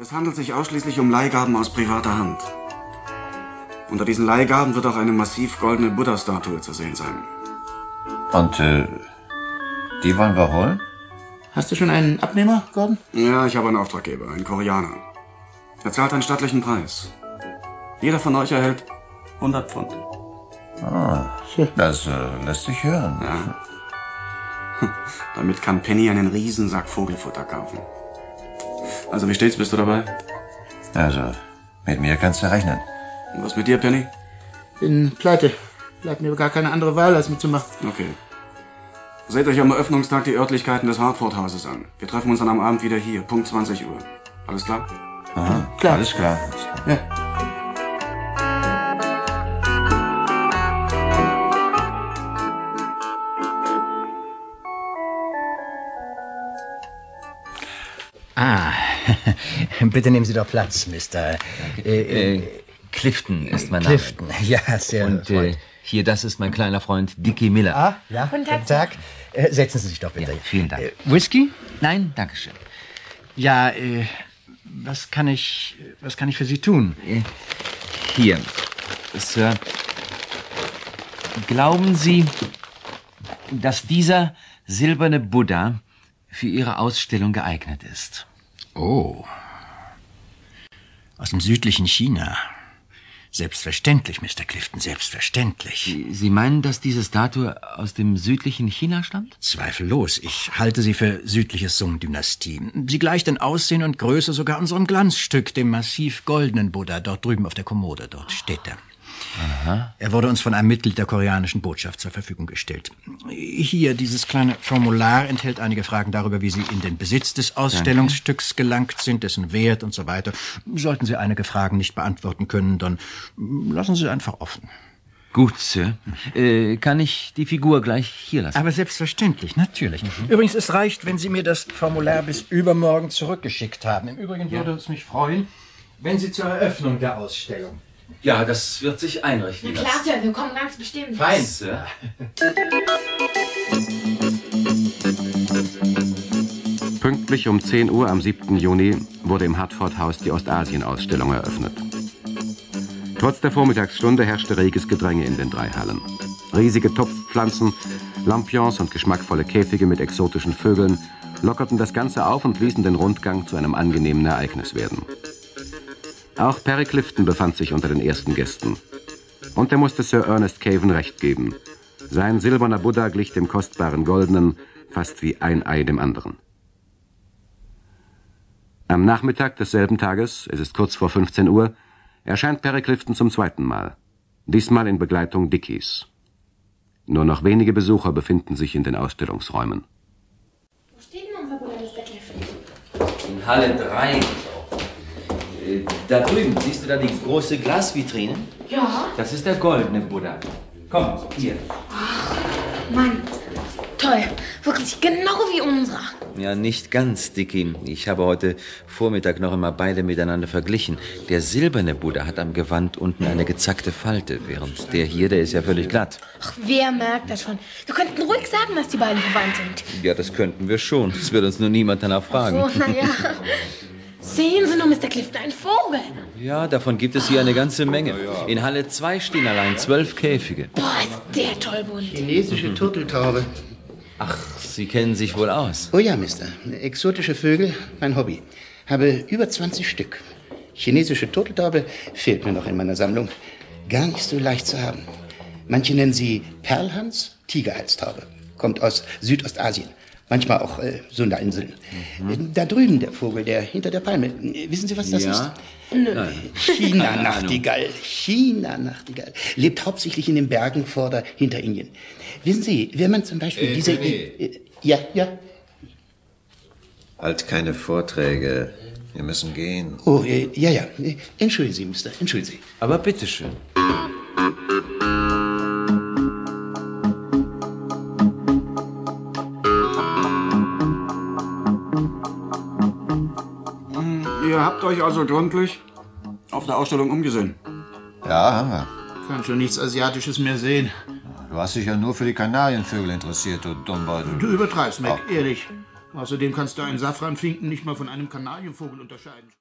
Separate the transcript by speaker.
Speaker 1: Es handelt sich ausschließlich um Leihgaben aus privater Hand. Unter diesen Leihgaben wird auch eine massiv goldene Buddha-Statue zu sehen sein.
Speaker 2: Und äh, die wollen wir holen?
Speaker 3: Hast du schon einen Abnehmer, Gordon?
Speaker 1: Ja, ich habe einen Auftraggeber, einen Koreaner. Er zahlt einen stattlichen Preis. Jeder von euch erhält 100 Pfund.
Speaker 2: Ah, das äh, lässt sich hören.
Speaker 1: Ja. Damit kann Penny einen Riesensack Vogelfutter kaufen. Also, wie steht's? Bist du dabei?
Speaker 2: Also, mit mir kannst du rechnen.
Speaker 1: Und was mit dir, Penny?
Speaker 3: Bin pleite. Bleibt mir gar keine andere Wahl, als mitzumachen.
Speaker 1: Okay. Seht euch am Eröffnungstag die Örtlichkeiten des Hartford-Hauses an. Wir treffen uns dann am Abend wieder hier, Punkt 20 Uhr. Alles klar?
Speaker 2: Aha,
Speaker 3: Klar.
Speaker 2: Hm, Alles klar. Alles klar.
Speaker 3: Ja.
Speaker 4: Ah, bitte nehmen Sie doch Platz, Mr. Äh, äh,
Speaker 5: Clifton ist mein Name.
Speaker 4: Clifton. Ja, sehr
Speaker 5: Und
Speaker 4: freundlich.
Speaker 5: äh, hier, das ist mein kleiner Freund Dicky Miller.
Speaker 4: Ah, ja,
Speaker 6: Guten
Speaker 4: guten
Speaker 6: Tag.
Speaker 4: Tag. Äh, setzen Sie sich doch bitte.
Speaker 5: Ja, vielen Dank.
Speaker 4: Äh, Whisky?
Speaker 5: Nein, Dankeschön.
Speaker 4: Ja, äh, was kann ich, was kann ich für Sie tun?
Speaker 5: Hier, Sir. Glauben Sie, dass dieser silberne Buddha für Ihre Ausstellung geeignet ist?
Speaker 4: Oh. Aus dem südlichen China. Selbstverständlich, Mr. Clifton, selbstverständlich.
Speaker 5: Sie meinen, dass diese Statue aus dem südlichen China stammt?
Speaker 4: Zweifellos, ich halte sie für südliches Sung-Dynastie. Sie gleicht in Aussehen und Größe sogar unserem Glanzstück, dem massiv goldenen Buddha, dort drüben auf der Kommode. Dort steht er. Er wurde uns von einem Mitglied der koreanischen Botschaft zur Verfügung gestellt. Hier, dieses kleine Formular enthält einige Fragen darüber, wie Sie in den Besitz des Ausstellungsstücks gelangt sind, dessen Wert und so weiter. Sollten Sie einige Fragen nicht beantworten können, dann lassen Sie es einfach offen.
Speaker 5: Gut, Sir. Äh, kann ich die Figur gleich hier lassen?
Speaker 4: Aber selbstverständlich, natürlich. Übrigens, es reicht, wenn Sie mir das Formular bis übermorgen zurückgeschickt haben. Im Übrigen würde es mich freuen, wenn Sie zur Eröffnung der Ausstellung.
Speaker 5: Ja, das wird sich einrichten.
Speaker 6: Klar, Sir, wir kommen ganz bestimmt.
Speaker 4: Fein.
Speaker 5: Sir.
Speaker 7: Pünktlich um 10 Uhr am 7. Juni wurde im Hartford-Haus die Ostasien-Ausstellung eröffnet. Trotz der Vormittagsstunde herrschte reges Gedränge in den drei Hallen. Riesige Topfpflanzen, Lampions und geschmackvolle Käfige mit exotischen Vögeln lockerten das Ganze auf und ließen den Rundgang zu einem angenehmen Ereignis werden. Auch Perry Clifton befand sich unter den ersten Gästen. Und er musste Sir Ernest Caven recht geben. Sein silberner Buddha glich dem kostbaren goldenen, fast wie ein Ei dem anderen. Am Nachmittag desselben Tages, es ist kurz vor 15 Uhr, erscheint Perry Clifton zum zweiten Mal. Diesmal in Begleitung Dickies. Nur noch wenige Besucher befinden sich in den Ausstellungsräumen.
Speaker 6: Wo steht denn unser Bruder Mr. Clifton?
Speaker 5: In Halle 3. Äh, Da drüben, siehst du da die große Glasvitrine?
Speaker 6: Ja,
Speaker 5: Das ist der goldene Buddha. Komm, hier.
Speaker 6: Mann. Toll. Wirklich genau wie unser.
Speaker 5: Ja, nicht ganz, Dicky. Ich habe heute Vormittag noch einmal beide miteinander verglichen. Der silberne Buddha hat am Gewand unten eine gezackte Falte, während der hier, der ist ja völlig glatt.
Speaker 6: Ach, wer merkt das schon? Wir könnten ruhig sagen, dass die beiden verwandt sind.
Speaker 5: Ja, das könnten wir schon. Es wird uns nur niemand danach
Speaker 6: So,
Speaker 5: fragen.
Speaker 6: naja. Sehen Sie nur, Mr. Clifton, ein Vogel.
Speaker 5: Ja, davon gibt es hier eine ganze Menge. In Halle 2 stehen allein zwölf Käfige.
Speaker 6: Boah, ist der toll bunt.
Speaker 3: Chinesische Turteltaube.
Speaker 5: Ach, Sie kennen sich wohl aus.
Speaker 3: Oh ja, Mister. Exotische Vögel, mein Hobby. Habe über 20 Stück. Chinesische Turteltaube fehlt mir noch in meiner Sammlung. Gar nicht so leicht zu haben. Manche nennen sie Perlhans, Tigerhalstaube. Kommt aus Südostasien. Manchmal auch äh, Sunda-Inseln. Da drüben der Vogel, der hinter der Palme. Wissen Sie, was das ist? Äh,
Speaker 5: Ja?
Speaker 3: China-Nachtigall, China-Nachtigall, lebt hauptsächlich in den Bergen vor der Hinterindien. Wissen Sie, wenn man zum Beispiel
Speaker 8: Äh,
Speaker 3: diese...
Speaker 8: René.
Speaker 3: Äh, ja, ja,
Speaker 8: Halt keine Vorträge. Wir müssen gehen.
Speaker 3: oh, äh, ja, ja, äh, entschuldigen Sie, Mister, entschuldigen Sie.
Speaker 5: Aber bitteschön.
Speaker 1: Ihr habt euch also gründlich auf der Ausstellung umgesehen.
Speaker 2: Ja, haben wir.
Speaker 3: Kann schon nichts Asiatisches mehr sehen.
Speaker 2: Du hast dich ja nur für die Kanarienvögel interessiert, du Dummbeutel.
Speaker 3: Ah. übertreibst, Mac, ehrlich. Außerdem kannst du einen Safranfinken nicht mal von einem Kanarienvogel unterscheiden.